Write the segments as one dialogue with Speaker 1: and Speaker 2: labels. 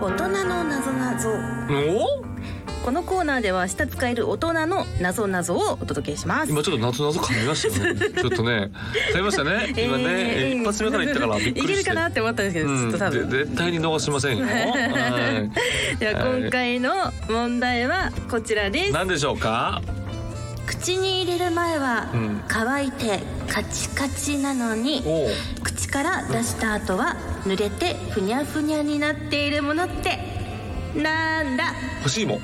Speaker 1: 大人のなぞなぞ
Speaker 2: お
Speaker 1: このコーナーでは下使える大人のなぞなぞをお届けします
Speaker 2: 今ちょっと夏謎噛みました よねちょっとね噛みましたね今ね、
Speaker 1: えー
Speaker 2: 一発目から言ったからびっくりして
Speaker 1: いけるかなって思ったんですけど、
Speaker 2: う
Speaker 1: ちょ
Speaker 2: ん
Speaker 1: っと多
Speaker 2: ぜ
Speaker 1: 分
Speaker 2: 絶対に逃しま せんよは
Speaker 1: では今回の問題はこちらで
Speaker 2: い
Speaker 1: す
Speaker 2: 何でしょうか
Speaker 1: 口に入れる前は
Speaker 2: うん
Speaker 1: 乾いてカチカチなのに
Speaker 2: おう
Speaker 1: 口から出した後は濡れてふにゃふにゃになっているものってなんだ
Speaker 2: 欲しいもん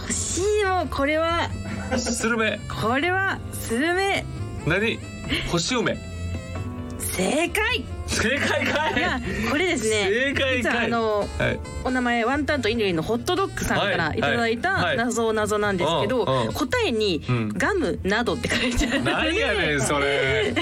Speaker 1: 欲しいもんこれは
Speaker 2: スルメ
Speaker 1: これはスルメ
Speaker 2: 何星梅
Speaker 1: 正解
Speaker 2: 正解か
Speaker 1: いや
Speaker 2: い
Speaker 1: これですね
Speaker 2: 正解
Speaker 1: 実は
Speaker 2: かい
Speaker 1: あの
Speaker 2: はい
Speaker 1: お名前ワンタンとインドリンのホットドッグさんから
Speaker 2: はい
Speaker 1: いただい
Speaker 2: は
Speaker 1: た
Speaker 2: い
Speaker 1: 謎謎なんですけど、
Speaker 2: うんうん
Speaker 1: 答えに
Speaker 2: うん
Speaker 1: ガムなどって書いてある
Speaker 2: 何やねん それ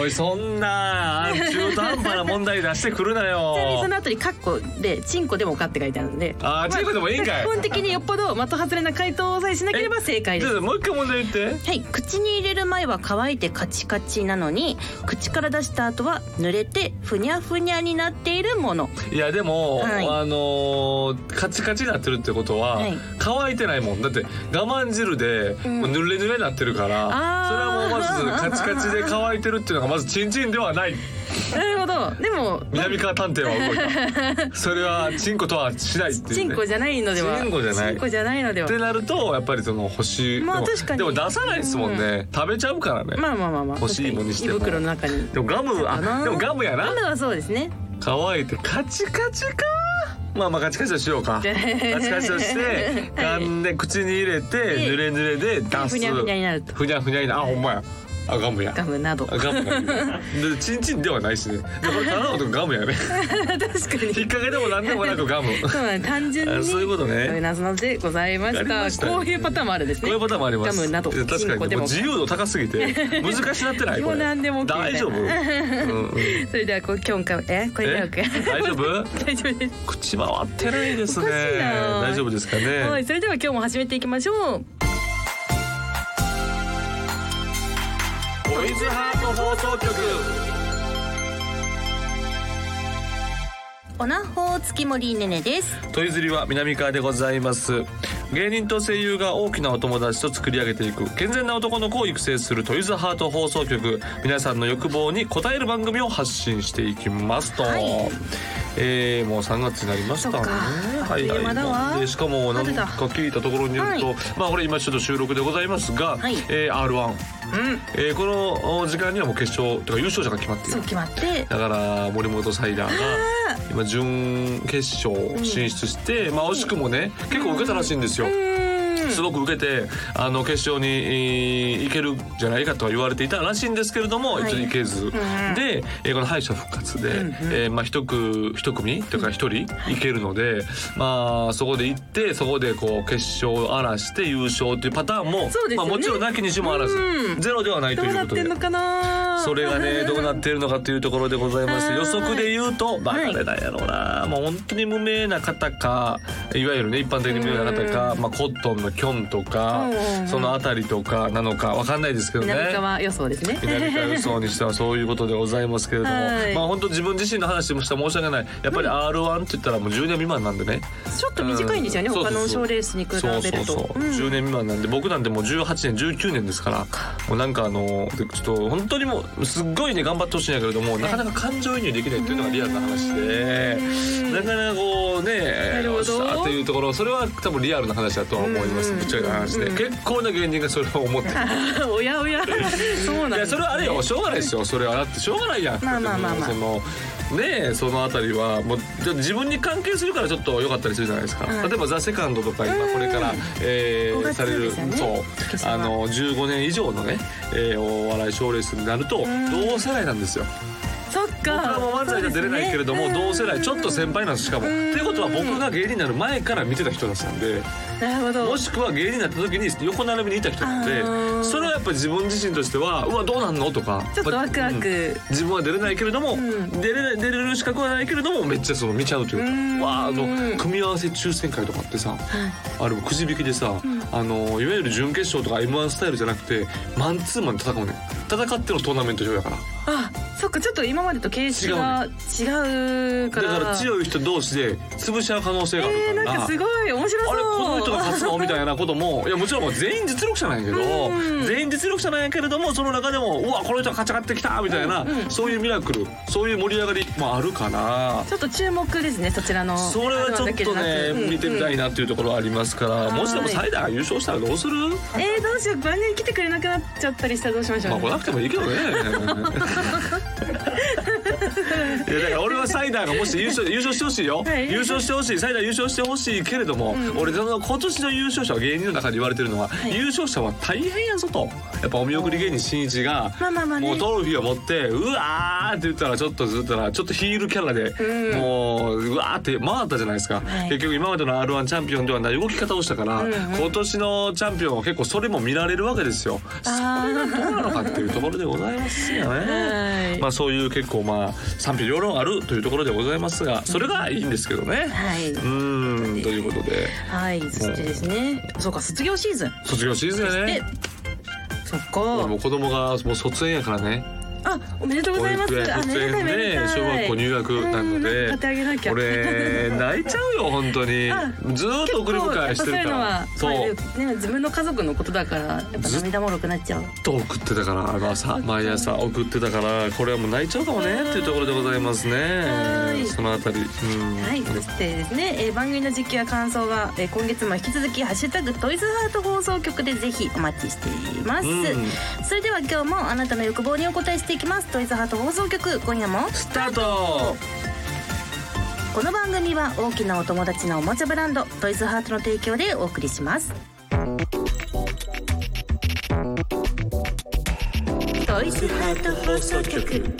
Speaker 2: おいそんな中途半端な問題出してくるなよ
Speaker 1: ちなみにその後にカッコでチンコでもかって書いてあるんで
Speaker 2: あーチンコでもいいんかい
Speaker 1: 基本的によっぽど的外れな回答さえしなければ正解
Speaker 2: ち
Speaker 1: で
Speaker 2: ょっ
Speaker 1: す
Speaker 2: ともう一回問題言って
Speaker 1: はい口に入れる前は乾いてカチカチなのに口から出した後は濡れてふにゃふにゃになっているもの
Speaker 2: いやでも、
Speaker 1: はい
Speaker 2: あのーカチカチになってるってことは、
Speaker 1: はい
Speaker 2: 乾いてないもんだって我慢汁で、
Speaker 1: ん
Speaker 2: もう濡れ濡れになってるから
Speaker 1: あー
Speaker 2: それはもうまずカチカチで乾いてるっていうのがまずチンチンではない
Speaker 1: なるほどでも
Speaker 2: 南川探偵は動 いたそれはチンコとはしないっていう、ね、
Speaker 1: チンコじゃないのでは
Speaker 2: チンコじゃない
Speaker 1: チンコじゃないので
Speaker 2: っ
Speaker 1: は
Speaker 2: てなるとやっぱりその星、
Speaker 1: まあ
Speaker 2: でも
Speaker 1: 確かに
Speaker 2: でも出さないですもんね、食べちゃうからね、
Speaker 1: まあまあまあまあ
Speaker 2: 欲しいものにしても
Speaker 1: 確かに胃袋の中に
Speaker 2: でもガム
Speaker 1: そうか
Speaker 2: あ
Speaker 1: な
Speaker 2: でもガムやな
Speaker 1: ガムはそうですね
Speaker 2: 乾いてカチカチかまあまあカチカチとしよ うかカチカチとして噛んで口に入れて濡れ濡れで出す
Speaker 1: ふにゃふにゃになると
Speaker 2: ふにゃふにゃになあほんまやあガムや
Speaker 1: ガムなど
Speaker 2: あ
Speaker 1: 確
Speaker 2: ガムやでチンチンではないしねでこれただのとガムや ね
Speaker 1: かに
Speaker 2: 引っ掛けでもなんでもなく ガムこ
Speaker 1: そうなんです単純
Speaker 2: あ
Speaker 1: に
Speaker 2: そういうことね
Speaker 1: そういう謎々でございました
Speaker 2: やりましたね
Speaker 1: こういうパターンもあるんですね
Speaker 2: ういうパターンもあります
Speaker 1: ガムなど
Speaker 2: 確
Speaker 1: チン
Speaker 2: か
Speaker 1: コ
Speaker 2: に
Speaker 1: で
Speaker 2: も
Speaker 1: も
Speaker 2: う自由度高す ぎて難しなってないこ
Speaker 1: もう
Speaker 2: れ
Speaker 1: 何でも OK みたい
Speaker 2: 大
Speaker 1: な
Speaker 2: 丈夫、うんうん、
Speaker 1: それではこう今日かえこれ
Speaker 2: え
Speaker 1: よく
Speaker 2: 大丈夫
Speaker 1: 大丈夫です
Speaker 2: 口回ってないですね
Speaker 1: おかしいな
Speaker 2: 大丈夫ですかね
Speaker 1: はい、それでは今日も始めていきましょう。
Speaker 2: トイズハート放送局
Speaker 1: オナホー月森ねねです。
Speaker 2: トイズリは南川でございます芸人と声優が大きなお友達と作り上げていく健全な男の子を育成するトイズハート放送局皆さんの欲望に応える番組を発信していきますと、
Speaker 1: はい
Speaker 2: えーもう3月になりましたね
Speaker 1: そっかあっという間だわ
Speaker 2: はいでしかもなん
Speaker 1: 待って
Speaker 2: か
Speaker 1: た
Speaker 2: 聞いたところによると、
Speaker 1: はい
Speaker 2: まあこれ今ちょっと収録でございますが、
Speaker 1: はい
Speaker 2: えー R1、
Speaker 1: うん、
Speaker 2: えーこの時間にはもう決勝とか優勝者が決まってい
Speaker 1: そう
Speaker 2: る
Speaker 1: 決まって。
Speaker 2: だから森本サイダーが今準決勝進出して、まあ惜しくもね結構受けたらしいんですよ。すごく受けてあの決勝に、えー行けるんじゃないかとは言われていたらしいんですけれども、
Speaker 1: はい
Speaker 2: 一応行けず、で、えーこの敗者復活で、えーまあ、一組一組というか一人行けるので、まあ、そこで行ってそこでこう決勝を荒らして優勝というパターン
Speaker 1: そう
Speaker 2: も、
Speaker 1: ですよね
Speaker 2: まあ、もちろんなきにしもあらず、
Speaker 1: うん
Speaker 2: ゼロではない
Speaker 1: ど
Speaker 2: というう
Speaker 1: な
Speaker 2: こ
Speaker 1: っ
Speaker 2: と
Speaker 1: て
Speaker 2: で
Speaker 1: んの。かな。
Speaker 2: それがねどうなっているのかというところでございます
Speaker 1: はい
Speaker 2: 予測で言うとまあ誰なんやろうなもう本当に無名な方かいわゆるね一般的に無名な方か、まあ、コットンのキョンとか
Speaker 1: うんうん
Speaker 2: そのあたりとかなのかわかんないですけどね。
Speaker 1: 南川予想ですね。
Speaker 2: 南川予想にしてはそういうことでございますけれども、
Speaker 1: はい
Speaker 2: まあ本当自分自身の話もしたら申し訳ないやっぱり R1 って言ったらもう10年未満なんでね
Speaker 1: ちょっと短いんですよね。
Speaker 2: うん
Speaker 1: 他の賞レースに比べ
Speaker 2: そ
Speaker 1: る
Speaker 2: うそう
Speaker 1: と。
Speaker 2: そ
Speaker 1: う
Speaker 2: う、
Speaker 1: ん
Speaker 2: 10年未満なんで僕なんてもう18年19年ですからもうなんかあのちょっと本当にもうすっごいね頑張ってほしいんやけれどもなかなか感情移入できないっていうのがリアルな話でなかなかこうね
Speaker 1: るほど
Speaker 2: あっていうところそれは多分リアルな話だとは思います
Speaker 1: うん
Speaker 2: ぶっちゃけな話で結構な芸人がそれを思ってる
Speaker 1: おやおや。そうなん
Speaker 2: い
Speaker 1: で
Speaker 2: や
Speaker 1: すね
Speaker 2: それはあれよしょうがないですよそれはだってしょうがないやん
Speaker 1: まあまあまあまあ
Speaker 2: でもそのねえそのあたりはもうちょっと自分に関係するからちょっと良かったりするじゃないですか、
Speaker 1: はい
Speaker 2: 例えば「ザセカンドとか今これから、えー
Speaker 1: 五月
Speaker 2: される
Speaker 1: ですよね
Speaker 2: そう
Speaker 1: 決勝は
Speaker 2: あの15年以上のね、えーお笑い賞レースになると同世代なんですよ
Speaker 1: そっか。
Speaker 2: 僕はもう漫才には出れないけれども、
Speaker 1: そうですね
Speaker 2: 同世代ちょっと先輩なんですしかもということは僕が芸人になる前から見てた人たちなんで
Speaker 1: なるほど。
Speaker 2: もしくは芸人になった時に横並びにいた人なん
Speaker 1: あ
Speaker 2: で
Speaker 1: ー
Speaker 2: それはやっぱり自分自身としてはうわどうなんのとか
Speaker 1: ちょっとワクワ
Speaker 2: うん
Speaker 1: ク。
Speaker 2: 自分は出れないけれども、
Speaker 1: ん
Speaker 2: 出れない出れる資格はないけれどもめっちゃその見ちゃうというか
Speaker 1: うん
Speaker 2: わああの組み合わせ抽選会とかってさ、あれもくじ引きでさ、あのいわゆる準決勝とか m 1スタイルじゃなくてマンツーマンで戦うねん戦ってのトーナメント上やから。
Speaker 1: あ、そっかちょっと今までと形式が違うから
Speaker 2: だから強い人同士で潰し合う可能性があ
Speaker 1: えー、
Speaker 2: るから、
Speaker 1: なんかすごい面白そう
Speaker 2: あれこの人が勝つのみたいなこともいやもちろんもう全員実力者なんやけど、
Speaker 1: うん
Speaker 2: 全員実力者なんやけれどもその中でもうわこの人が勝ち上がってきたみたいな、
Speaker 1: うんうん
Speaker 2: そういうミラクルそういう盛り上がりもあるかな。
Speaker 1: ちょっと注目ですねそちらの
Speaker 2: それはちょっとね、見てみたい
Speaker 1: な、
Speaker 2: なっていうところはありますから、
Speaker 1: はい
Speaker 2: もしでもサイダーが優勝したらどうする
Speaker 1: うんえー、どうしよう万人来てくれなくなっちゃったりしたらどうしましょ
Speaker 2: まあ
Speaker 1: う、
Speaker 2: 来なくてもい いけどねいやだから俺はサイダーがもし優勝優勝してほしいよ、
Speaker 1: はい
Speaker 2: 優勝してほしいサイダー優勝してほしいけれども、
Speaker 1: うん
Speaker 2: 俺その今年の優勝者は芸人の中で言われてるのは、
Speaker 1: い
Speaker 2: 優勝者は大変やぞとやっぱお見送り芸人しんいちが
Speaker 1: まあまあまあね
Speaker 2: もうトロフィーを持ってうわーって言ったらちょっとずっとなちょっとヒールキャラで、
Speaker 1: うん
Speaker 2: もううわーって回ったじゃないですか、
Speaker 1: はい
Speaker 2: 結局今までの r 1チャンピオンではない動き方をしたから、
Speaker 1: うんうん
Speaker 2: 今年のチャンピオンは結構それも見られるわけですよ
Speaker 1: あ ー
Speaker 2: どうなのかっていうところでございますよね。
Speaker 1: はい
Speaker 2: まあそういう結構まあ賛否両論あるというところでございますがそれがいいんですけどね。
Speaker 1: はい、
Speaker 2: うーんということで
Speaker 1: はい、そしてですね、そうか卒業シーズン
Speaker 2: 卒業シーズンや
Speaker 1: で
Speaker 2: ね。
Speaker 1: そっ
Speaker 2: 俺
Speaker 1: か
Speaker 2: も子供がもう卒園やからね。
Speaker 1: あおめでとうございます
Speaker 2: 保育園
Speaker 1: あめでたいめでたい
Speaker 2: 小学校入学なので
Speaker 1: うん買ってあげなきゃ
Speaker 2: 俺泣いちゃうよ本当に
Speaker 1: あ
Speaker 2: ずーっと送り迎えしてるから
Speaker 1: そう
Speaker 2: そ
Speaker 1: いううのは、まあね、自分の家族のことだからやっぱ涙もろくなっちゃう
Speaker 2: ずっと送ってたからあの朝毎朝送ってたからこれはもう泣いちゃうかもねっていうところでございます
Speaker 1: はい
Speaker 2: ねそのあたりうん
Speaker 1: はい、そしてですね、えー番組の実況や感想は、えー今月も引き続き「ハッシュタグトイズハート放送局」でぜひお待ちしています、
Speaker 2: うん
Speaker 1: それでは今日もあなたの欲望にお答えしていきますトイズハート放送局今夜も
Speaker 2: スタート
Speaker 1: この番組は大きなお友達のおもちゃブランドトイズハートの提供でお送りしますトイズハート放送局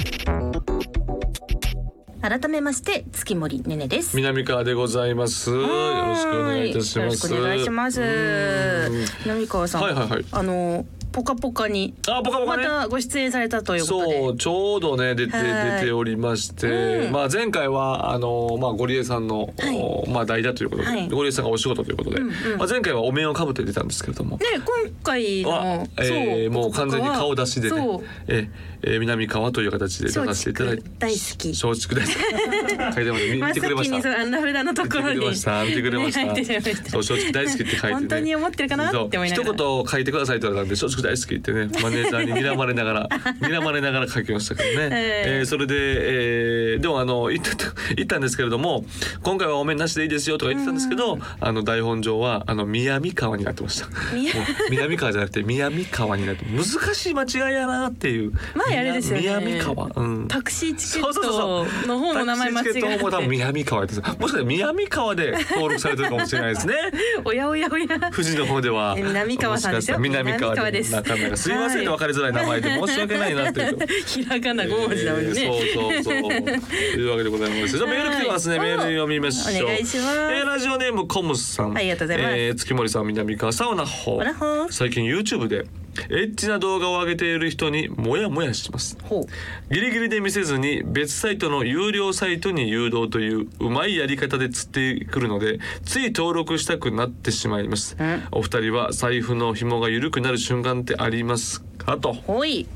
Speaker 1: 改めまして月森ねねです
Speaker 2: 南川でございます。よろしくお願いいたします。
Speaker 1: よろしくお願いします
Speaker 2: うーん。
Speaker 1: 南川さん、
Speaker 2: はいはいはい
Speaker 1: あのポカポカに
Speaker 2: あ、ぽかぽか
Speaker 1: ま
Speaker 2: ね。
Speaker 1: たご出演されたということで。
Speaker 2: そうちょうどね出て
Speaker 1: はい
Speaker 2: 出ておりまして、
Speaker 1: うん
Speaker 2: まあ前回はあのまあゴリエさんの、
Speaker 1: はい
Speaker 2: おまあ代打ということで、
Speaker 1: はい
Speaker 2: ゴリエさんがお仕事ということで、
Speaker 1: うんうん
Speaker 2: まあ前回はお面をかぶって出たんですけれども、
Speaker 1: ね今回
Speaker 2: は
Speaker 1: の、
Speaker 2: えーも
Speaker 1: ポ
Speaker 2: う
Speaker 1: カ
Speaker 2: 完
Speaker 1: ポカ
Speaker 2: 全に
Speaker 1: は
Speaker 2: 顔出しでね
Speaker 1: そう、
Speaker 2: ええー南川という形で出させていただいて
Speaker 1: 松竹大好き
Speaker 2: 松竹大好き書いてます見
Speaker 1: 真
Speaker 2: 見
Speaker 1: って
Speaker 2: くれま
Speaker 1: 先
Speaker 2: した
Speaker 1: にそうあの名札のところに
Speaker 2: 見てくれました見てくれま した
Speaker 1: ね入ってました
Speaker 2: そう正直大好きって書いて、ね、
Speaker 1: 本当に思ってるかなって思いながら
Speaker 2: そう一言書いてくださいって言われたんで正直大好きってねマネージャーに睨まれな がら睨まれながら書きましたけどね、
Speaker 1: え
Speaker 2: え
Speaker 1: え
Speaker 2: ーそれで、えーでもあの言った言ったんですけれども今回はお面なしでいいですよとか言ってたんですけど、あの台本上はあの宮見川になってました
Speaker 1: 宮
Speaker 2: もう南川じゃなくて 宮見川になって難しい間違いやなっていう
Speaker 1: 前あれですよね
Speaker 2: 宮見川、うん、
Speaker 1: タクシーチケ
Speaker 2: そう
Speaker 1: ッ
Speaker 2: そうそう
Speaker 1: ト
Speaker 2: そう
Speaker 1: の方も名前間違
Speaker 2: タクシーチケットも多分
Speaker 1: えて
Speaker 2: 南川です。もしかしたら南川で登録されてるかもしれないで すね。
Speaker 1: おやおやおや
Speaker 2: 富士の方では
Speaker 1: え南川さんですよ
Speaker 2: もしかしたら南川
Speaker 1: 南川です
Speaker 2: 中村がすいませんね
Speaker 1: は
Speaker 2: 分
Speaker 1: い
Speaker 2: かりづらい名前で申し訳ないなっていう。
Speaker 1: ひらがな5文字だもんね、
Speaker 2: えーそうそうそう。というわけでございます。じゃあメール来てますね。
Speaker 1: はい
Speaker 2: メール読みましょ
Speaker 1: お
Speaker 2: う。
Speaker 1: 願いします
Speaker 2: えーラジオネームコムさん。
Speaker 1: ありがとうございます
Speaker 2: えー月森さん、南川さん、おなほ。
Speaker 1: おなほ
Speaker 2: 最近 YouTube でエッチな動画を上げている人にモヤモヤします。
Speaker 1: ほう
Speaker 2: ギリギリで見せずに別サイトの有料サイトに誘導といううまいやり方で釣ってくるのでつい登録したくなってしまいます、
Speaker 1: うん
Speaker 2: お二人は財布の紐が緩くなる瞬間ってありますかと
Speaker 1: ほい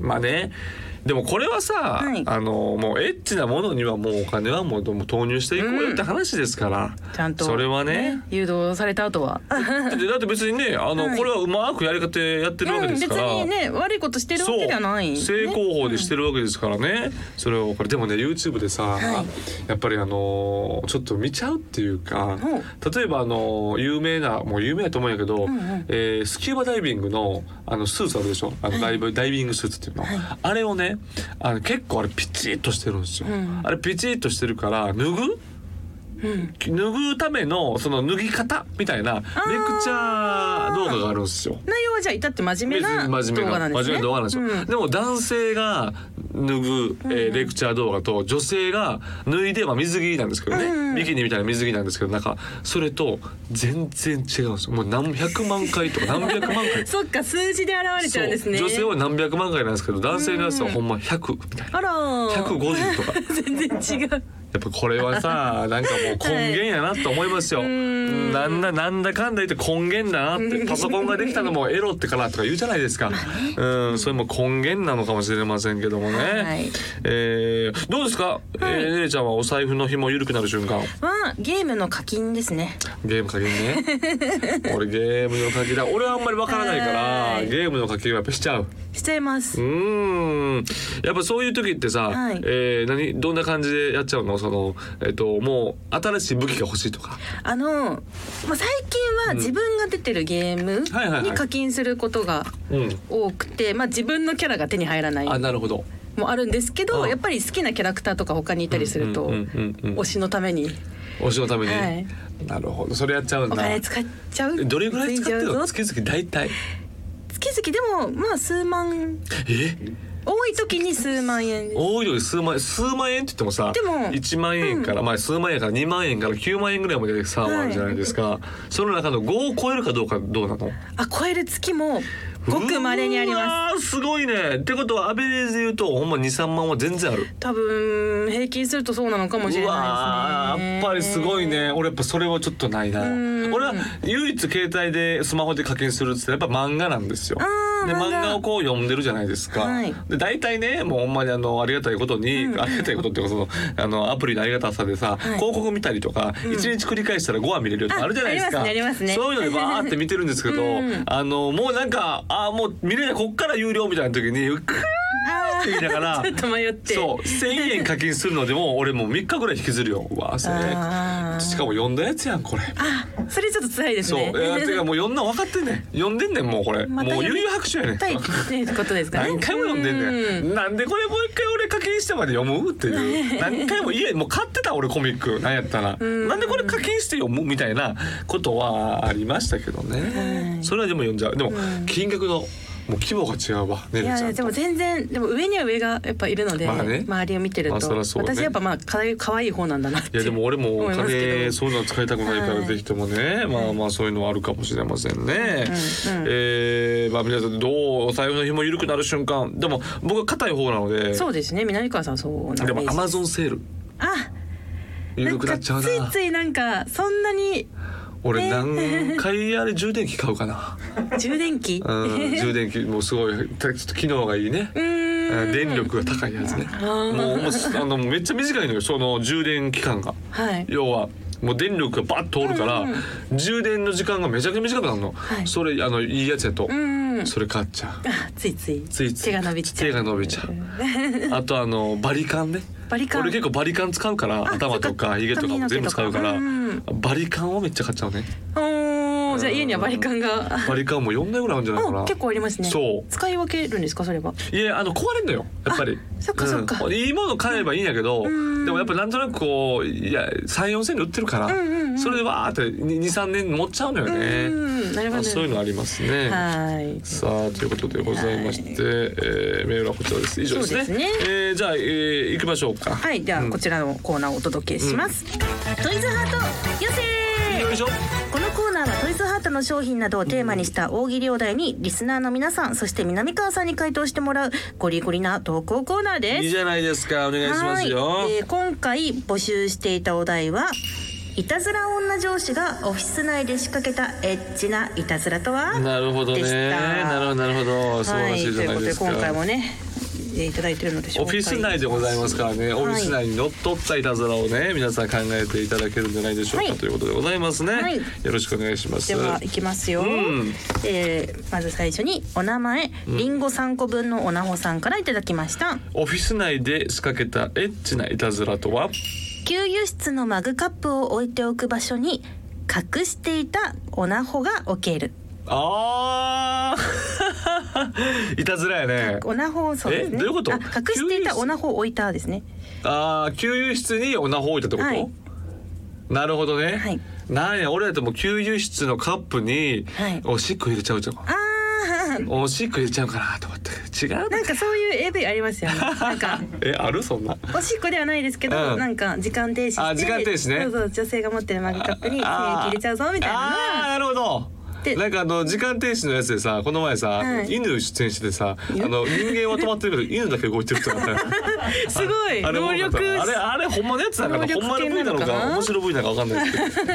Speaker 2: まあねでもこれはさ、
Speaker 1: はい
Speaker 2: あのもうエッチなものにはもうお金はもうどうも投入していこうよって話ですから、
Speaker 1: ちゃんと
Speaker 2: それはね
Speaker 1: 誘導された後は
Speaker 2: だってだって別にねあ の、
Speaker 1: はい
Speaker 2: これはうまくやり方やってるわけですから、
Speaker 1: うん、別にね悪いことしてるわけではない、ね、
Speaker 2: そう正攻法でしてるわけですからね、それをこれでもね YouTube でさ、
Speaker 1: い
Speaker 2: やっぱりあのーちょっと見ちゃうっていうか、
Speaker 1: う
Speaker 2: 例えばあのー有名なもう有名やと思うんやけど、
Speaker 1: んうん
Speaker 2: えースキューバダイビングのあのスーツあるでしょあのダイブ、ダイビングスーツっていうの、あれをねあの結構あれピチッとしてるんですよ、
Speaker 1: うん
Speaker 2: あれピチッとしてるから脱ぐ
Speaker 1: うん
Speaker 2: 脱ぐためのその脱ぎ方みたいなレクチャー動画があるんですよ。
Speaker 1: 内容はじゃあ至って真面目な
Speaker 2: 別に真面
Speaker 1: 動
Speaker 2: 目
Speaker 1: 画な
Speaker 2: なん
Speaker 1: です
Speaker 2: 真面
Speaker 1: ね
Speaker 2: 目な動画なんですよ、
Speaker 1: うん
Speaker 2: でも男性が脱ぐ、えーレクチャー動画と女性が脱いで、まあ、水着なんですけどね、
Speaker 1: うん
Speaker 2: ビキニみたいな水着なんですけどなんかそれと全然違うんですよもう何百万回とか何百万回
Speaker 1: そっか数字で現れちゃうんですね
Speaker 2: そう女性は何百万回なんですけど男性のやつはほんま100みたいな
Speaker 1: あらー
Speaker 2: 150とか
Speaker 1: 全然違う
Speaker 2: やっぱこれ はさなんかもう根源やなと思いますよ、
Speaker 1: うーん
Speaker 2: なんだなんだかんだ言って根源だなってパソコンができたのもエロってからとか言うじゃないですか、うんそれも根源なのかもしれませんけどもね、
Speaker 1: はい
Speaker 2: えーどうですか、えーねねちゃんはお財布の紐緩くなる瞬間
Speaker 1: はゲームの課金ですね。
Speaker 2: ゲーム課金ね 俺ゲームの課金だ俺はあんまりわからないか
Speaker 1: は
Speaker 2: ら
Speaker 1: い
Speaker 2: ゲームの課金はやっぱしちゃう
Speaker 1: しちゃいま
Speaker 2: う
Speaker 1: す。
Speaker 2: ーんやっぱそういう時ってさ、
Speaker 1: はい
Speaker 2: えー何どんな感じでやっちゃうのそのえっ、ともう新しい武器が欲しいとか
Speaker 1: あの、まあ、最近は自分が出てるゲーム
Speaker 2: はいはいはい
Speaker 1: に課金することが
Speaker 2: うん
Speaker 1: 多くて、まあ、自分のキャラが手に入らない
Speaker 2: あなるほど
Speaker 1: もあるんですけど、
Speaker 2: うん
Speaker 1: やっぱり好きなキャラクターとか他にいたりすると、
Speaker 2: うんうんうんうん
Speaker 1: 推しのために
Speaker 2: 推しのために、
Speaker 1: はい
Speaker 2: なるほどそれやっちゃうん
Speaker 1: お
Speaker 2: だ
Speaker 1: 金使っちゃう。
Speaker 2: どれぐらい使って
Speaker 1: つ
Speaker 2: る
Speaker 1: ちゃ
Speaker 2: の
Speaker 1: うぞ
Speaker 2: 月々大体
Speaker 1: 月々でもまあ数万
Speaker 2: え
Speaker 1: 多い時に数万円です。
Speaker 2: 多いより数万円数万円って言ってもさ
Speaker 1: でも
Speaker 2: 1万円から、まあ数万円から2万円から9万円ぐらいまでさ、
Speaker 1: はい
Speaker 2: あるじゃないですかその中の5を超えるかどうかどうなの
Speaker 1: あ超える月もごく稀にあります。
Speaker 2: すすごいねってことはアベレージで言うとほんま23万は全然ある
Speaker 1: 多分平均するとそうなのかもしれ
Speaker 2: う
Speaker 1: な
Speaker 2: わ
Speaker 1: いですね。
Speaker 2: ーやっぱりすごい。ね俺やっぱそれはちょっとないな
Speaker 1: うん
Speaker 2: 俺は唯一携帯でスマホで課金するっつったらやっぱ漫画なんですよ
Speaker 1: あー
Speaker 2: で
Speaker 1: 漫
Speaker 2: 漫
Speaker 1: 画
Speaker 2: 画をこう読んでるじゃないですか、
Speaker 1: はい
Speaker 2: で大体ねもうほんまにあのありがたいことに、ありがたいことっていうかそのあのアプリのありがたさでさ、
Speaker 1: い
Speaker 2: 広告見たりとか、一1日繰り返したら5話見れるとか
Speaker 1: あ
Speaker 2: あるじゃないですか
Speaker 1: ありますねありますね
Speaker 2: そういうのでバーって見てるんですけど、
Speaker 1: うん
Speaker 2: あのもうなんかあーもう見れないこっから有料みたいな時にクーって言いながら
Speaker 1: ちょっと迷って。
Speaker 2: そう1,000円課金するのでも俺もう3日ぐらい引きずるようわそれ
Speaker 1: あー
Speaker 2: しかも読んだやつやんこれ。
Speaker 1: あそれちょっと辛いです
Speaker 2: そう、
Speaker 1: ね。
Speaker 2: え ー、てかもう読んだの分かってんねん読んでんねんもうこれ、
Speaker 1: また
Speaker 2: もう
Speaker 1: 読み
Speaker 2: 悠々白書やねん
Speaker 1: 痛いってことですかね。
Speaker 2: 何回も読んでんね
Speaker 1: うん
Speaker 2: なんでこれもう一回俺課金してまで読むって いう何回も家もう買ってた俺コミックなんやったら
Speaker 1: ん
Speaker 2: なんでこれ課金して読むみたいなことはありましたけど
Speaker 1: は
Speaker 2: ね
Speaker 1: い
Speaker 2: それはでも読んじゃうでも金額のもう規模が違うわね
Speaker 1: い
Speaker 2: るちゃ
Speaker 1: や
Speaker 2: ん
Speaker 1: で
Speaker 2: と
Speaker 1: も全然でも上には上がやっぱいるので、
Speaker 2: まあね
Speaker 1: 周りを見てると、
Speaker 2: まあそりゃそうね
Speaker 1: 私やっぱまあかわい可愛い方なんだなって
Speaker 2: いやでも俺もお
Speaker 1: 思いますけ
Speaker 2: 金
Speaker 1: ど
Speaker 2: そういうの使いたくないから
Speaker 1: はい
Speaker 2: ぜひともね、まあまあそういうのはあるかもしれませんね。えーまあ皆さんどうお財布の紐緩くなる瞬間でも僕は硬い方なので
Speaker 1: そうですね南川さんそうなん
Speaker 2: でもアマ
Speaker 1: あ
Speaker 2: ゾンセール緩くな
Speaker 1: な
Speaker 2: っ
Speaker 1: ん
Speaker 2: ちゃ
Speaker 1: か
Speaker 2: う
Speaker 1: つ
Speaker 2: ない
Speaker 1: ついなんかそんなに
Speaker 2: 俺何回あれ充電器買うかな、
Speaker 1: 充電器う
Speaker 2: うん、充電器もうすごいちょっと機能がいいね。
Speaker 1: ーん
Speaker 2: 電力が高いやつねもうもうあのめっちゃ短いのよその充電期間が。
Speaker 1: はい
Speaker 2: 要はもう電力がバッと通るから、
Speaker 1: うんうん
Speaker 2: 充電の時間がめちゃくちゃ短くなるの、
Speaker 1: はい
Speaker 2: それあのいいやつやと、
Speaker 1: うん
Speaker 2: それ買っちゃう
Speaker 1: あついつい
Speaker 2: ついつい
Speaker 1: 手が伸びちゃう
Speaker 2: 手が伸びちゃう あとあのバリカンね
Speaker 1: バリカン
Speaker 2: 俺結構バリカン使うから頭と
Speaker 1: そっ
Speaker 2: か
Speaker 1: か
Speaker 2: ひげとか
Speaker 1: 髪
Speaker 2: も
Speaker 1: の毛
Speaker 2: 全部使うから、
Speaker 1: とかうん
Speaker 2: バリカンをめっちゃ買っちゃうね
Speaker 1: おおじゃあ家にはバリカンが
Speaker 2: バリカンも4台ぐらいあるんじゃないか
Speaker 1: お
Speaker 2: な
Speaker 1: 結構ありますね
Speaker 2: そう
Speaker 1: 使い分けるんですかそれはい
Speaker 2: やあの壊れんのよやっぱり
Speaker 1: あそっかそっか
Speaker 2: うんいいもの買えばいいんやけど、
Speaker 1: ん
Speaker 2: でもやっぱなんとなくこういや34,000円で売ってるから、
Speaker 1: んうんうん
Speaker 2: それでわーって23年持っちゃうのよ
Speaker 1: う
Speaker 2: ね、
Speaker 1: んなるほ
Speaker 2: まあ
Speaker 1: ど
Speaker 2: そういうのありますね。
Speaker 1: はい
Speaker 2: さあということでございまして、えーメールはこちらです。以上ですね。
Speaker 1: そうです
Speaker 2: えーじゃあ、えー行きましょうか。
Speaker 1: はいではこちらのコーナーをお届けしますトイズハートよせー
Speaker 2: よいしょ。
Speaker 1: このコーナーはトイズハートの商品などをテーマにした大喜利お題にリスナーの皆さんそして南川さんに回答してもらうゴリゴリな投稿コーナーです
Speaker 2: いいじゃないですか。お願いしますよ。
Speaker 1: はい、えー今回募集していたお題は。いたずら女上司がオフィス内で仕掛けたエッチないたずらとは。
Speaker 2: なるほどね。
Speaker 1: でした
Speaker 2: なるほどなるほど。素晴らしいじゃないですか。
Speaker 1: はい、ということで今回もね、えーいただいてるのでしょ
Speaker 2: オ
Speaker 1: う
Speaker 2: フィス内でございますからね、オフィス内にのっとったいたずらをね皆さん考えていただけるんじゃないでしょうか、
Speaker 1: はい
Speaker 2: ということでございますね、
Speaker 1: はい
Speaker 2: よろしくお願いします
Speaker 1: ではいきますよ、
Speaker 2: ん
Speaker 1: えーまず最初にお名前、りんご3個分のおなほさんからいただきました
Speaker 2: オフィス内で仕掛けたエッチないたずらとは
Speaker 1: 給油室のマグカップを置いておく場所に隠していたおなほが置ける
Speaker 2: あー いたずらやね
Speaker 1: おなほをそうですね
Speaker 2: えどういうこと
Speaker 1: あ隠していたおなほを置いたですね
Speaker 2: ああ給油室にオナホ置いたってこと、
Speaker 1: はい
Speaker 2: なるほどね、
Speaker 1: はい
Speaker 2: なんや俺だともう給油室のカップに
Speaker 1: はい
Speaker 2: おしっこ入れちゃうじゃん、
Speaker 1: ああ
Speaker 2: おしっこ入れちゃうかなと思って違う
Speaker 1: なんかそういう AV ありますよね。なん か
Speaker 2: えあるそんな
Speaker 1: おしっこではないですけど、
Speaker 2: うん
Speaker 1: なんか時間停止して、
Speaker 2: あ時間停止ね
Speaker 1: そうそう女性が持ってるマグカップに精液入れちゃうぞみたい
Speaker 2: あー
Speaker 1: な
Speaker 2: なるほど
Speaker 1: のはで
Speaker 2: なんかあの時間停止のやつでさこの前さ、
Speaker 1: はい
Speaker 2: 犬出演しててさあの人間は止まってるけど犬だけ動いてるとかさ
Speaker 1: すごい
Speaker 2: あれ
Speaker 1: 能力
Speaker 2: あれあれほんまのやつなのかな
Speaker 1: 能
Speaker 2: ほ
Speaker 1: 力
Speaker 2: んまの
Speaker 1: 系
Speaker 2: 部位なの
Speaker 1: なのか
Speaker 2: か
Speaker 1: な
Speaker 2: 面白い部位なのか分かんないですけ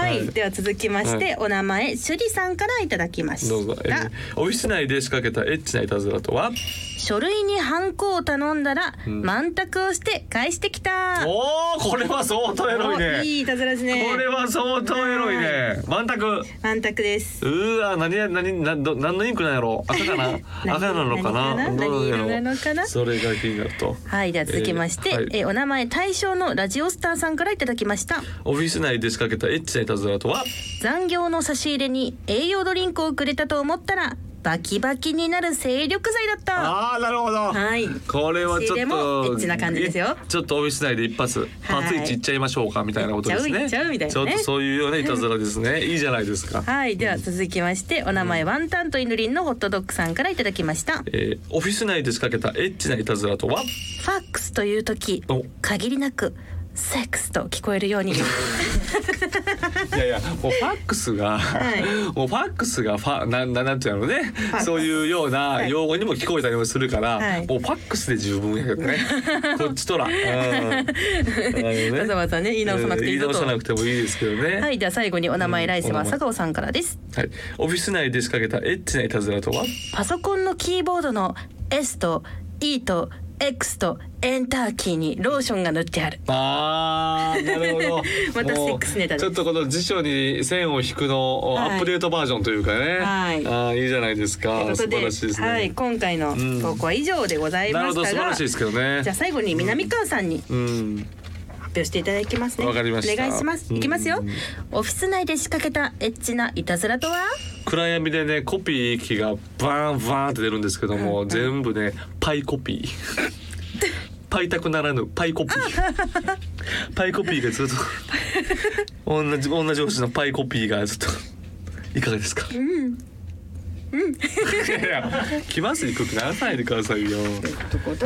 Speaker 1: はい、
Speaker 2: はい
Speaker 1: では続きまして、お名前朱里さんからいただきまし
Speaker 2: どどうぞ、え
Speaker 1: た
Speaker 2: ー、オフィス内で仕掛けたエッチないたずらとは
Speaker 1: 書類にハンコを頼んだら、満卓をして返してきた
Speaker 2: おおこれは相当エロい
Speaker 1: お
Speaker 2: ね
Speaker 1: いいたずらですね
Speaker 2: これは相当エロいね満タク
Speaker 1: 満卓です
Speaker 2: うーわ何や何何ど何のインクなんやろ赤かな
Speaker 1: 何
Speaker 2: 赤なのかな
Speaker 1: 何
Speaker 2: どうや
Speaker 1: 何色なのかな
Speaker 2: それが気になると
Speaker 1: はいでは続きまして、え
Speaker 2: えーはい
Speaker 1: お名前大将のラジオスターさんからいただきました
Speaker 2: オフィス内で仕掛けたエッチないたずらとは
Speaker 1: 残業の差し入れに栄養ドリンクをくれたと思ったらバキバキになる精力剤だった
Speaker 2: ああなるほど
Speaker 1: はい
Speaker 2: これはちょ
Speaker 1: 仕入れ
Speaker 2: っ
Speaker 1: もエッ
Speaker 2: と
Speaker 1: チな感じですよ
Speaker 2: えちょっとオフィス内で一発
Speaker 1: はい
Speaker 2: パツイチいっちゃいましょうかみたいなことですね
Speaker 1: いっちゃういっちゃうみたいなね
Speaker 2: ちょっとそういうようないたずらですねいいじゃないですか
Speaker 1: はいでは続きましてお名前ワンタンとイヌリンのホットドッグさんからいただきましたフ
Speaker 2: えーオフィス内で仕掛けたエッチ ないたずらとは
Speaker 1: ァックスという時
Speaker 2: お
Speaker 1: 限りなくセックスと聞こえるよう に
Speaker 2: いやいやもうファックスが、
Speaker 1: い
Speaker 2: もうファックスがファなんなんなんていうのね
Speaker 1: ァックス
Speaker 2: そういうような用語にも聞こえたりもするから、
Speaker 1: はい
Speaker 2: もうファックスで十分やけ どねこっちとら、うんあのね
Speaker 1: わざわざね言い直さなくていいぞ
Speaker 2: 言い直
Speaker 1: と
Speaker 2: さなくてもいいですけどね、
Speaker 1: はいでは最後にお名前来世は佐川さんからです
Speaker 2: はい、オフィス内で仕掛けたエッチないたずらとは
Speaker 1: パソコンのキーボードの S と E と X とエンターキーにローションが塗ってある
Speaker 2: あーなるほど
Speaker 1: また
Speaker 2: もう
Speaker 1: セックスネタです
Speaker 2: ちょっとこの辞書に線を引くの、
Speaker 1: はい
Speaker 2: アップデートバージョンというかね、
Speaker 1: はい
Speaker 2: あーいいじゃないですか
Speaker 1: ということ
Speaker 2: 素
Speaker 1: で
Speaker 2: 晴らしいですね、
Speaker 1: はい、今回の投稿は以上でござい
Speaker 2: な
Speaker 1: ま
Speaker 2: る
Speaker 1: し
Speaker 2: ほど素
Speaker 1: た
Speaker 2: 晴
Speaker 1: が、
Speaker 2: らしいですけどね
Speaker 1: じゃあ最後に南川さんに発
Speaker 2: うん
Speaker 1: 表していただきますね。
Speaker 2: わかりました
Speaker 1: お願いします。いきますよ。オフィス内で仕掛けたエッチないたずらとは、
Speaker 2: 暗闇でねコピー機がバーンバーンって出るんですけども、全部ねパイコピーパイタクならぬパイコピーパイコピーがずっと同じ同じ星のパイコピーがずっといかがですかうんうんいや来ます行くなさいでくださいよ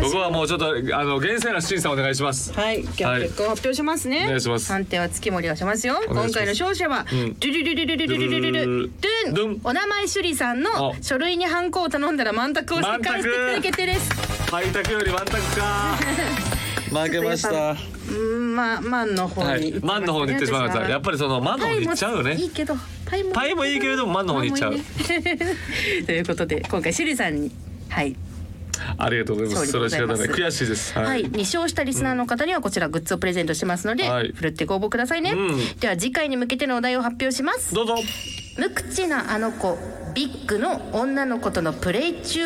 Speaker 2: ここはもうちょっとあの厳正な審査お願いします
Speaker 1: はい、じゃあ
Speaker 2: はい
Speaker 1: 結果を発表しますね。
Speaker 2: お願いします
Speaker 1: 判定は月森がしますよ。
Speaker 2: お願
Speaker 1: 今
Speaker 2: いします
Speaker 1: 回の勝者は、
Speaker 2: ん
Speaker 1: ドゥルルルルルルルルルルル
Speaker 2: ド
Speaker 1: ド
Speaker 2: ゥ
Speaker 1: ゥン
Speaker 2: ン
Speaker 1: お名前朱里さんの
Speaker 2: あ
Speaker 1: 書類にハンコを頼んだら満卓をしっかりしてくれ決定です。
Speaker 2: パイタクよりワンタク か負けました
Speaker 1: うん、まあマンの方
Speaker 2: は
Speaker 1: に
Speaker 2: い、マンの方に行ってしまいました。やっぱりそのマンの方に行っちゃうよ
Speaker 1: パ
Speaker 2: ね
Speaker 1: イも。いいけど、パイも
Speaker 2: パイもいいけれどもマンの方に行っちゃう
Speaker 1: パイもいいねということで、今回シリさんに、はい、
Speaker 2: ありがとうございます。そ
Speaker 1: そう
Speaker 2: れ
Speaker 1: でご
Speaker 2: は
Speaker 1: ざ
Speaker 2: 仕
Speaker 1: い
Speaker 2: 方
Speaker 1: ます
Speaker 2: ない。悔しいです。
Speaker 1: は、
Speaker 2: はいい。
Speaker 1: 2勝したリスナーの方にはこちらグッズをプレゼントしてますので、
Speaker 2: はい
Speaker 1: ふるってご応募くださいね。
Speaker 2: うん
Speaker 1: では次回に向けてのお題を発表します。
Speaker 2: どうぞ。
Speaker 1: 無口なあの子、ビッグの女の子とのプレイ中、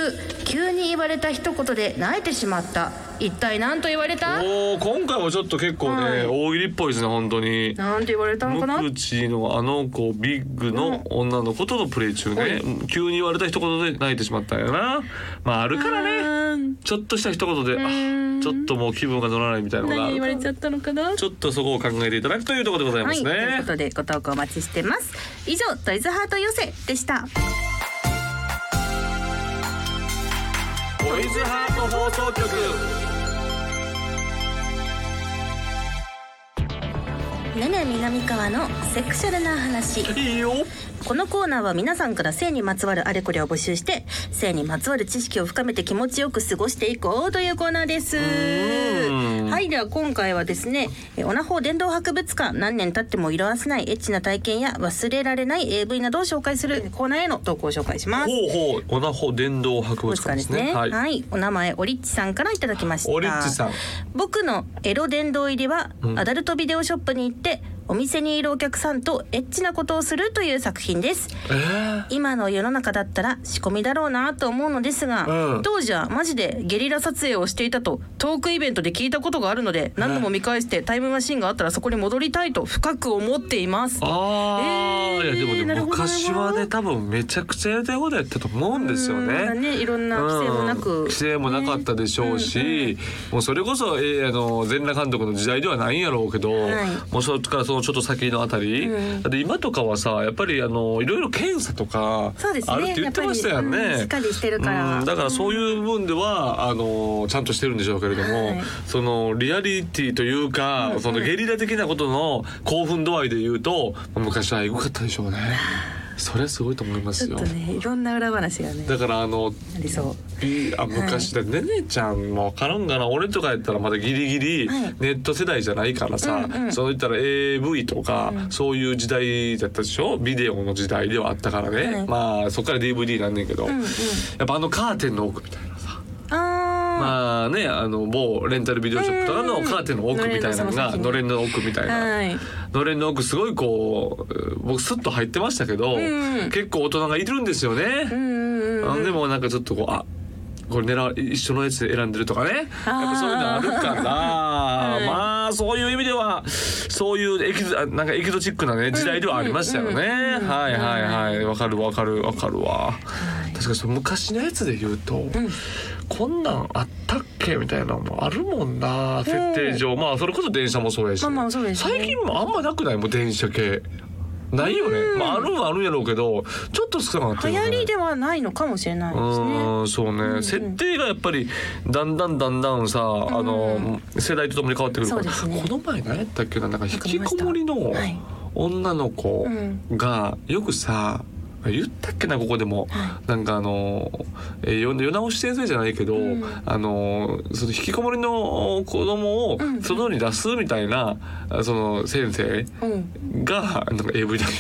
Speaker 1: 急に言われた一言で泣いてしまった。一体何と言われた？
Speaker 2: おお、今回はちょっと結構
Speaker 1: は
Speaker 2: ね、
Speaker 1: い
Speaker 2: 大喜利っぽいですね、本当に。
Speaker 1: なんて言われたのかな？
Speaker 2: 無口のあの子ビッグの女の子とのプレイ中ね、急に言われた一言で泣いてしまったんやなまああるからね
Speaker 1: ね。
Speaker 2: ちょっとした一言で
Speaker 1: ん
Speaker 2: あちょっともう気分が乗らないみたいなのがあ
Speaker 1: 何言
Speaker 2: る
Speaker 1: わ
Speaker 2: か
Speaker 1: れ
Speaker 2: ら
Speaker 1: ちゃったのかな？
Speaker 2: ちょっとそこを考えていただくというところでございますね、
Speaker 1: はい、ということでご投稿お待ちしてます。以上トイズハート寄せでした。
Speaker 2: トイズハート放送局
Speaker 1: ねね南川のセクシャルな話。
Speaker 2: いいよ
Speaker 1: このコーナーは皆さんから性にまつわるあれこれを募集して、性にまつわる知識を深めて気持ちよく過ごしていこうというコーナーです。
Speaker 2: ん
Speaker 1: はい、では今回はですね、えオナホ伝道博物館、何年経っても色褪せないエッチな体験や忘れられない AV などを紹介するコーナーへの投稿を紹介します。
Speaker 2: ほうほう、オナホ電動
Speaker 1: 博
Speaker 2: 博物
Speaker 1: 物館
Speaker 2: 館で
Speaker 1: ですす
Speaker 2: ね。
Speaker 1: ね。は、
Speaker 2: はいい。
Speaker 1: お名前オリッチさんからいただきました。
Speaker 2: オリッチさん
Speaker 1: 僕のエロ殿堂入りは、
Speaker 2: うん
Speaker 1: アダルトビデオショップに行ってお店にいるお客さんとエッチなことをするという作品です。
Speaker 2: えー
Speaker 1: 今の世の中だったら仕込みだろうなと思うのですが、
Speaker 2: うん
Speaker 1: 当時はマジでゲリラ撮影をしていたとトークイベントで聞いたことがあるので何度も見返してタイムマシンがあったらそこに戻りたいと深く思っています。
Speaker 2: ああ、
Speaker 1: えー
Speaker 2: いやでも
Speaker 1: なるほ
Speaker 2: ね
Speaker 1: どなるほど
Speaker 2: 昔はね多分めちゃくちゃやりたい放題やったと思うんですよ
Speaker 1: うんまだ
Speaker 2: ね。
Speaker 1: ねいろんな規制もな
Speaker 2: うん
Speaker 1: く、
Speaker 2: 規制もなかったでしょうし、もうそれこそ、えーあの全裸監督の時代ではないんやろうけど、
Speaker 1: はい
Speaker 2: もうそれからそのちょっと先のあたり、
Speaker 1: うん
Speaker 2: だって今とかはさやっぱりあのいろいろ検査とか
Speaker 1: そうですね
Speaker 2: あるって言ってましたよね。
Speaker 1: やっぱりうんしっかりしてるから
Speaker 2: うんだからそういう部分ではあのちゃんとしてるんでしょうけれども、
Speaker 1: はい
Speaker 2: そのリアリティというか、そのゲリラ的なことの興奮度合いで言うと昔はエグかったでしょうね。それすごいと思いま
Speaker 1: ち
Speaker 2: す
Speaker 1: ょっ
Speaker 2: よ
Speaker 1: と。ねいろんな裏話がね
Speaker 2: だからあの
Speaker 1: ありそう
Speaker 2: いあ昔だねねちゃんも分からんかな俺とかやったらまだギリギリ
Speaker 1: はい
Speaker 2: ネット世代じゃないからさ、
Speaker 1: うんうん
Speaker 2: そういったら AV とか、
Speaker 1: うん
Speaker 2: そういう時代だったでしょビデオの時代ではあったからね、
Speaker 1: はい
Speaker 2: まあそっから DVD なんねんけど、
Speaker 1: うんうん
Speaker 2: やっぱあのカーテンの奥みたいなさ
Speaker 1: あ
Speaker 2: まあねあの某レンタルビデオショップとかのカーテンの奥みたいなのが
Speaker 1: うん
Speaker 2: のれんの奥みたい
Speaker 1: ー
Speaker 2: な
Speaker 1: はい
Speaker 2: のれんの奥すごいこう僕スッと入ってましたけど、
Speaker 1: うん
Speaker 2: 結構大人がいるんですよね。
Speaker 1: うんうんうん
Speaker 2: あでもなんかちょっとこうあこれ狙う一緒のやつで選んでるとかねやっ
Speaker 1: あー
Speaker 2: ぱそういうのあるから、
Speaker 1: い
Speaker 2: まあそういう意味ではそういうエキゾあなんかエキゾチックなね時代ではありましたよね、
Speaker 1: うんうんうん
Speaker 2: はいはいはいわかるわかるわかるわ、確かにその昔のやつで言うと、こんなんあったっけみたいなのもあるもんな設定上、まあそれこそ電車もそうやし、
Speaker 1: まあまあそうですね
Speaker 2: 最近もあんまなくないもう電車系ないよね、
Speaker 1: うん
Speaker 2: まああるはあるんやろうけどちょっと少なかった
Speaker 1: 流
Speaker 2: よね
Speaker 1: 行りではないのかもしれないですね
Speaker 2: うーんそうね、
Speaker 1: んうん
Speaker 2: 設定がやっぱりだんだんだんだんさ、あの世代とともに変わってくるから、
Speaker 1: そうですね
Speaker 2: この前何やったっけななんか引
Speaker 1: か
Speaker 2: き
Speaker 1: りまし
Speaker 2: こ
Speaker 1: た
Speaker 2: もりの
Speaker 1: はい
Speaker 2: 女の子がよくさ言ったっけなここでも、なんかあの、えー、よ世直し先生じゃないけど、
Speaker 1: うん
Speaker 2: あのその引きこもりの子供を
Speaker 1: うん
Speaker 2: 外に出すみたいな、あその先生
Speaker 1: うん
Speaker 2: がなんか AV だけど。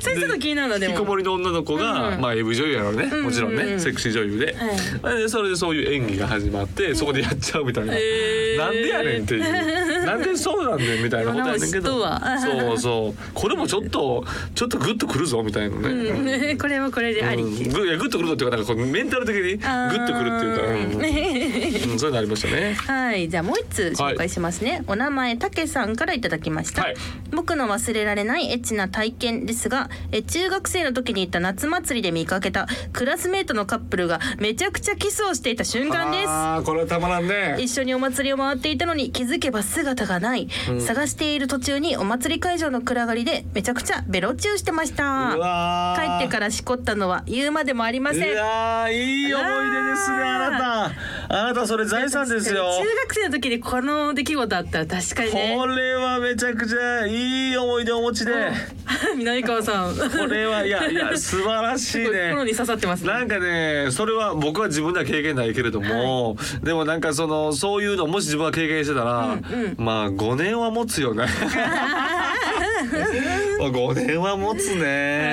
Speaker 1: それちょっと気になるので
Speaker 2: 引きこも
Speaker 1: も
Speaker 2: りの女の子が、
Speaker 1: うん
Speaker 2: まあ AV 女優やろうね、
Speaker 1: うん
Speaker 2: もちろんね、
Speaker 1: うん
Speaker 2: セクシー女優で、でそれでそういう演技が始まって、そこでやっちゃうみたいな、
Speaker 1: えー
Speaker 2: なんでやねんっていうなんでそうなんねんみたいなことやねんけど
Speaker 1: 世直しと
Speaker 2: そうそうこれもちょっとちょっとグッとくるぞみたいなね、うん
Speaker 1: うん これはこれでありっていう
Speaker 2: グいやグッとくるぞっていうかなんかこうメンタル的にグッとくるっていうか、
Speaker 1: いう
Speaker 2: うんうんそういうのありましたね。
Speaker 1: か。はい、じゃあもう一つ紹介しますね。お名前たけさんからいただきました。
Speaker 2: はい
Speaker 1: 僕の忘れられないエッチな体験ですが、え中学生の時に行った夏祭りで見かけたクラスメートのカップルがめちゃくちゃキスをしていた瞬間です。
Speaker 2: あーこれはたまらんね
Speaker 1: 一緒にお祭りを回っていたのに気づけば姿がない、探している途中にお祭り会場の暗がりでめちゃくちゃベロチューしてました
Speaker 2: うわー
Speaker 1: 帰ってからしこったのは言うまでもありません
Speaker 2: いやーいい思い出ですねあなたあなたそれ財産ですよ
Speaker 1: 中学生の時にこの出来事あったら確かにね
Speaker 2: これはめちゃくちゃいい思い出をお持ちで、
Speaker 1: 南川さん
Speaker 2: これは いやいや素晴らしいね
Speaker 1: 心。に刺さってますね
Speaker 2: なんかねそれは僕は自分では経験ないけれども、でもなんかそのそういうのもし自分が経験してた
Speaker 1: う
Speaker 2: ら、
Speaker 1: ん
Speaker 2: まあ5年は持つ よね。5年は持つね。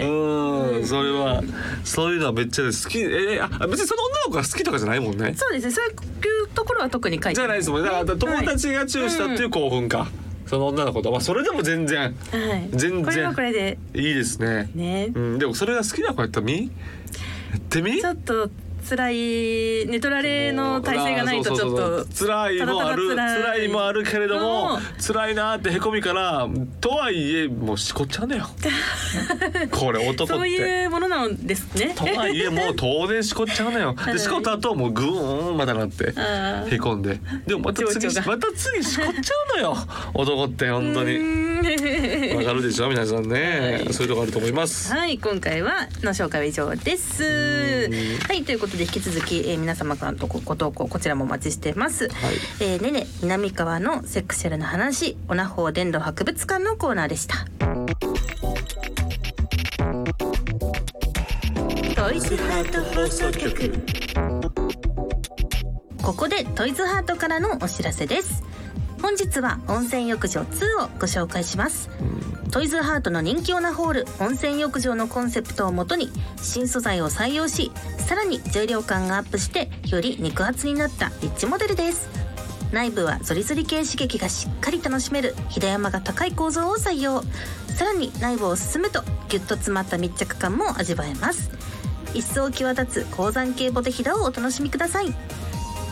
Speaker 1: はい
Speaker 2: うんそれはそういうのはめっちゃ好きえあ別にその女の子が好きとかじゃないもんね。
Speaker 1: そうですねそういうところは特に書いて
Speaker 2: じゃないですもんね。だから友達がチューしたっていう興奮か。その女の子と、まあ、それでも全然
Speaker 1: はい
Speaker 2: 全然
Speaker 1: これはこれで
Speaker 2: いいですね。
Speaker 1: ね
Speaker 2: うん、でもそれが好きな子やったらみやってみ
Speaker 1: ちょっと辛い寝取られの体勢がないとちょっ
Speaker 2: そうそう
Speaker 1: と
Speaker 2: そう辛いもある
Speaker 1: ただただ
Speaker 2: 辛いもあるけれども
Speaker 1: うん
Speaker 2: 辛いなーってへこみからとはいえもうしこっちゃう のよこれ男って
Speaker 1: そういうものなんですね
Speaker 2: とはいえもう当然しこっちゃうのよ。
Speaker 1: は
Speaker 2: で
Speaker 1: い
Speaker 2: しこった後もうグーンまたなって
Speaker 1: あー
Speaker 2: へこんででもまた次
Speaker 1: 情緒が
Speaker 2: また次しこっちゃうのよ男って本当に。わかるでしょ皆さんね、そういうとこあると思います。
Speaker 1: はい、今回はの紹介は以上です。はい、ということで引き続き、えー皆様からのごご投稿こちらもお待ちしてます。
Speaker 2: はい
Speaker 1: えーねね南川のセクシャルな話、オナホー伝道博物館のコーナーでした。トイズハート放送局ここでトイズハートからのお知らせです本日は温泉浴場2をご紹介しますトイズハートの人気オナホール温泉浴場のコンセプトをもとに新素材を採用しさらに重量感がアップしてより肉厚になったリッチモデルです内部はゾリゾリ系刺激がしっかり楽しめる平山が高い構造を採用さらに内部を進むとギュッと詰まった密着感も味わえます一層際立つ鉱山系ボテヒダをお楽しみください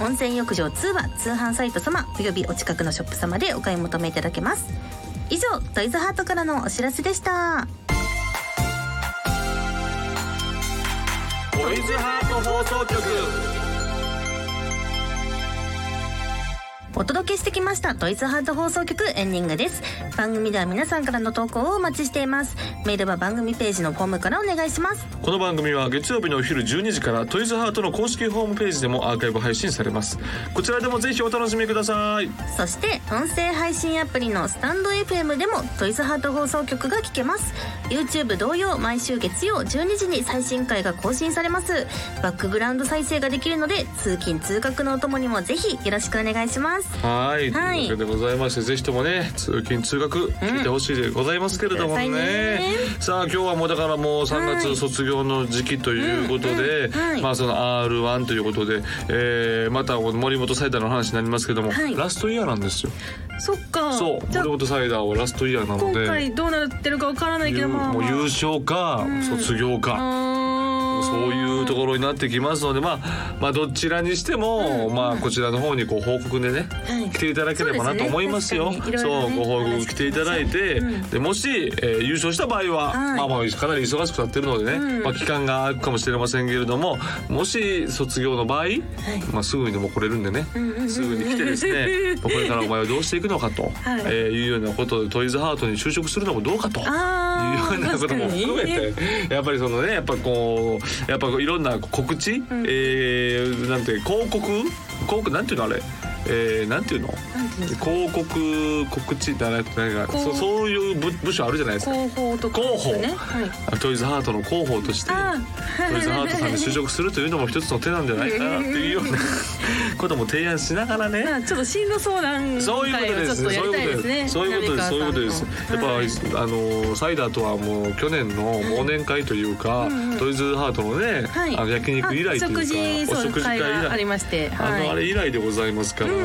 Speaker 1: 温泉浴場2は通販サイト様およびお近くのショップ様でお買い求めいただけます以上トイズハートからのお知らせでした
Speaker 2: トイズハート放送局
Speaker 1: お届けしてきましたトイズハート放送局エンディングです番組では皆さんからの投稿をお待ちしていますメールは番組ページのフォームからお願いします
Speaker 2: この番組は月曜日のお昼12時からトイズハートの公式ホームページでもアーカイブ配信されますこちらでもぜひお楽しみください
Speaker 1: そして音声配信アプリのスタンド FM でもトイズハート放送局が聞けます YouTube 同様毎週月曜12時に最新回が更新されますバックグラウンド再生ができるので通勤通学のお供にもぜひよろしくお願いします
Speaker 2: はい、
Speaker 1: はい
Speaker 2: というわけでございましてぜひともね通勤通学聞いてほしいでございますけれどもね,、
Speaker 1: くださいね
Speaker 2: さあ今日はもうだからもう3
Speaker 1: はい
Speaker 2: 月卒業の時期ということで、
Speaker 1: うんうんはい
Speaker 2: まあその r 1ということで、えーまた森本サイダーの話になりますけども、
Speaker 1: はい
Speaker 2: ラストイヤーなんですよ
Speaker 3: そっか
Speaker 2: そう
Speaker 3: じゃあ
Speaker 2: 森本サイダーはラストイヤーなの
Speaker 3: 今
Speaker 2: で
Speaker 3: 回どうなってるかわからないけ
Speaker 2: ゆ
Speaker 3: ど
Speaker 2: う
Speaker 3: まあ、
Speaker 2: もう
Speaker 3: まあ
Speaker 2: 優勝か、卒業か、
Speaker 3: あー
Speaker 2: そういうところになってきますので、まあ、まあどちらにしても、まあこちらの方にこう報告でね、
Speaker 1: はい
Speaker 2: 来ていただければなと思いますよ。
Speaker 1: そ
Speaker 2: そうう,、
Speaker 1: ですね確かに
Speaker 2: ご
Speaker 1: いろいろね
Speaker 2: 報告来ていただいて、でもし、えー優勝した場合は、
Speaker 1: はい
Speaker 2: まあまあかなり忙しくなってるのでね、まあ期間が空くかもしれませんけれども、もし卒業の場合、まあすぐにでも来れるんでね、すぐに来てです ね、これからお前はどうしていくのかと、
Speaker 3: い
Speaker 2: いえーいうようなことでトイズハートに就職するのもどうかと。
Speaker 3: あ
Speaker 2: い
Speaker 3: ー
Speaker 2: うようなことも含め
Speaker 3: 確かに
Speaker 2: て、 やっぱりそのねやっぱこうやっぱいろんな告知、えーなんて広告広告なんていうのあれ、えーなんていうの広告告知だななんか
Speaker 3: こう
Speaker 2: そうそういう部部署あるじゃないですか。
Speaker 3: 広報とかですね
Speaker 2: 広報
Speaker 3: はい
Speaker 2: トイズハートの広報として
Speaker 3: あー
Speaker 2: トイズハートさんに就職するというのも一つの手なんじゃないかなっていう ようなことも提案しながらね
Speaker 3: まあちょっと進路相談
Speaker 2: そういうこ
Speaker 3: 会
Speaker 2: と
Speaker 3: を
Speaker 2: で
Speaker 3: ちょっ
Speaker 2: す。
Speaker 3: とやりたいですね。
Speaker 2: そういうことです。そういうことです。
Speaker 3: 南川さんの
Speaker 2: やっぱ、あのサイダーとはもう去年の忘年会というか、トイズハートのね、
Speaker 3: はい
Speaker 2: あの焼肉以来と
Speaker 3: 食
Speaker 2: い
Speaker 3: 事
Speaker 2: うか、
Speaker 3: そう会がありまして、
Speaker 2: あ
Speaker 3: は
Speaker 2: のあ
Speaker 3: い。
Speaker 2: れ以来でございますから、ど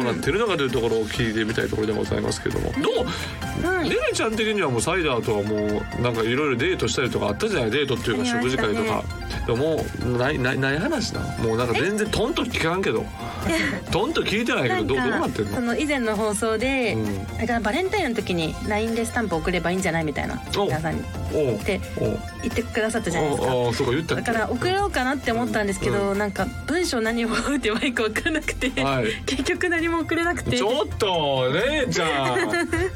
Speaker 2: うなってるのかというところを聞いてみたいところでございますけども、どう、ねねちゃん的にはもうサイダーとはもうなんかいろいろデートしたりとかあったじゃないデートっていうか
Speaker 3: あり
Speaker 2: 食
Speaker 3: ま
Speaker 2: 事
Speaker 3: したね
Speaker 2: 会とか、でももうないないない話なもうなんか全然トンと聞かんけどトンと聞いてないけ
Speaker 3: な
Speaker 2: ど
Speaker 3: ん
Speaker 2: どうどうなって
Speaker 3: か
Speaker 2: る
Speaker 3: そ
Speaker 2: の
Speaker 3: の以前の放送で、
Speaker 2: うん
Speaker 3: だからバレンタインの時に LINE でスタンプ送ればいいんじゃないみたいな
Speaker 2: お
Speaker 3: 皆さんに
Speaker 2: おう
Speaker 3: で
Speaker 2: おう
Speaker 3: 言ってくださったじゃないですか。
Speaker 2: ああそうか言った
Speaker 3: だ
Speaker 2: っ
Speaker 3: か
Speaker 2: け
Speaker 3: ら送ろうかなって思ったんですけど、なんか文章何を打てばいいか分からなくて、
Speaker 2: はい
Speaker 3: 結局何も送れなくて
Speaker 2: ちょっと姉ち ゃん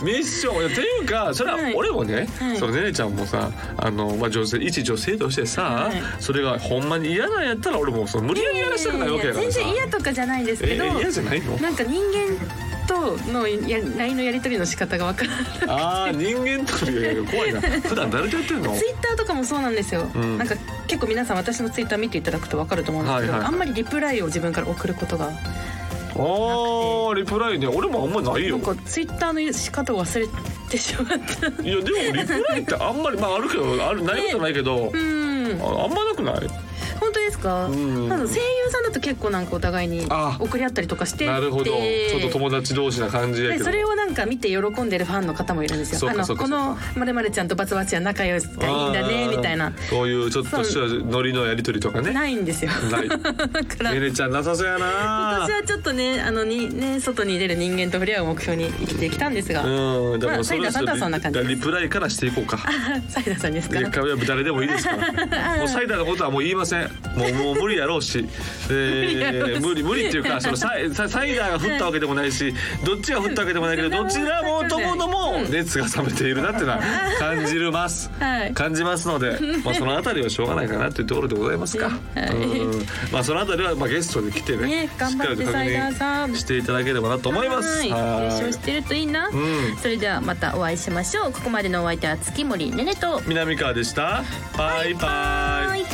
Speaker 2: ミッションいやっていうかそれは
Speaker 3: はい
Speaker 2: 俺もね、
Speaker 3: はい
Speaker 2: その姉ちゃんもさあの、まあ、女性一女性としてさ、
Speaker 3: はい
Speaker 2: それがほんまに嫌なんやったら俺もその無理やりやらしたくないわけやから
Speaker 3: 全
Speaker 2: さ
Speaker 3: 然嫌とかじゃないんですけど、
Speaker 2: えー嫌じゃないの
Speaker 3: なんか人間とのや LINE のやり取りの仕方が分からない
Speaker 2: ああ人間という怖 いな普段誰とやってんの
Speaker 3: ツイッターとかもそうなんですよ、
Speaker 2: ん
Speaker 3: なんか結構皆さん私のツイッター見ていただくと分かると思うんですけど、
Speaker 2: はいはい
Speaker 3: あんまりリプライを自分から送ることが
Speaker 2: ああリプライね俺もあんまない
Speaker 3: な
Speaker 2: よ
Speaker 3: んかツイッターの仕方を忘れてしまった
Speaker 2: いやでもリプライってあんまりまああるけどあるないことないけど、
Speaker 3: うん
Speaker 2: ああんまなくない
Speaker 3: 本当ですか、
Speaker 2: ん
Speaker 3: なんか声優さんだと結構なんかお互いに
Speaker 2: あ
Speaker 3: 送り合ったりとかして
Speaker 2: なるほど
Speaker 3: で
Speaker 2: ちょっと友達同士な感じやけ
Speaker 3: で
Speaker 2: ど
Speaker 3: それをなんか見て喜んでるファンの方もいるんです
Speaker 2: そう
Speaker 3: よ。
Speaker 2: か
Speaker 3: あの
Speaker 2: そうか
Speaker 3: このまるまるちゃんとバツバツちゃん仲良いがいいんだねみたい
Speaker 2: あ
Speaker 3: な
Speaker 2: ーそういうちょっとしたノリのやり取りとかね
Speaker 3: ないんですよ。
Speaker 2: ない
Speaker 3: だから
Speaker 2: エレちゃんなさそうやな
Speaker 3: 私はちょっとねあのにね外に出る人間と触れ合う目標に生きてきたんですが、
Speaker 2: うんだか
Speaker 3: まあ
Speaker 2: らそれ
Speaker 3: サイダーさんとはそんな感じです
Speaker 2: リプライからしていこうか
Speaker 3: サイダさんです
Speaker 2: い
Speaker 3: か
Speaker 2: や。いや誰でもいいですから もうサイダーのことはもう言いませんもうもう無理やろうし、え ー、無理無理っていうかそのサイササイダーが降ったわけでもないしどっちが降ったわけでもないけどどちらもともども熱が冷めているなっていうのは感じるます、
Speaker 3: はい
Speaker 2: 感じますの で、まあ、そのあたりはしょうがないかなというところでございますか、うんまあ、そのあたりはまあゲストで来てね
Speaker 3: ね頑張って
Speaker 2: しっかりと
Speaker 3: サイダーさ
Speaker 2: 確
Speaker 3: ん
Speaker 2: 認していただければなと思います。
Speaker 3: はい優
Speaker 2: はい
Speaker 3: 勝してるといいな、
Speaker 2: ん
Speaker 3: それではまたお会いしましょうここまでのお相手は月森ねねと
Speaker 2: 南川でしたバイバイ
Speaker 1: はい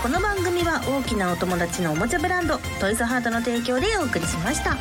Speaker 1: この番組は大きなお友達のおもちゃブランドトイズハートの提供でお送りしました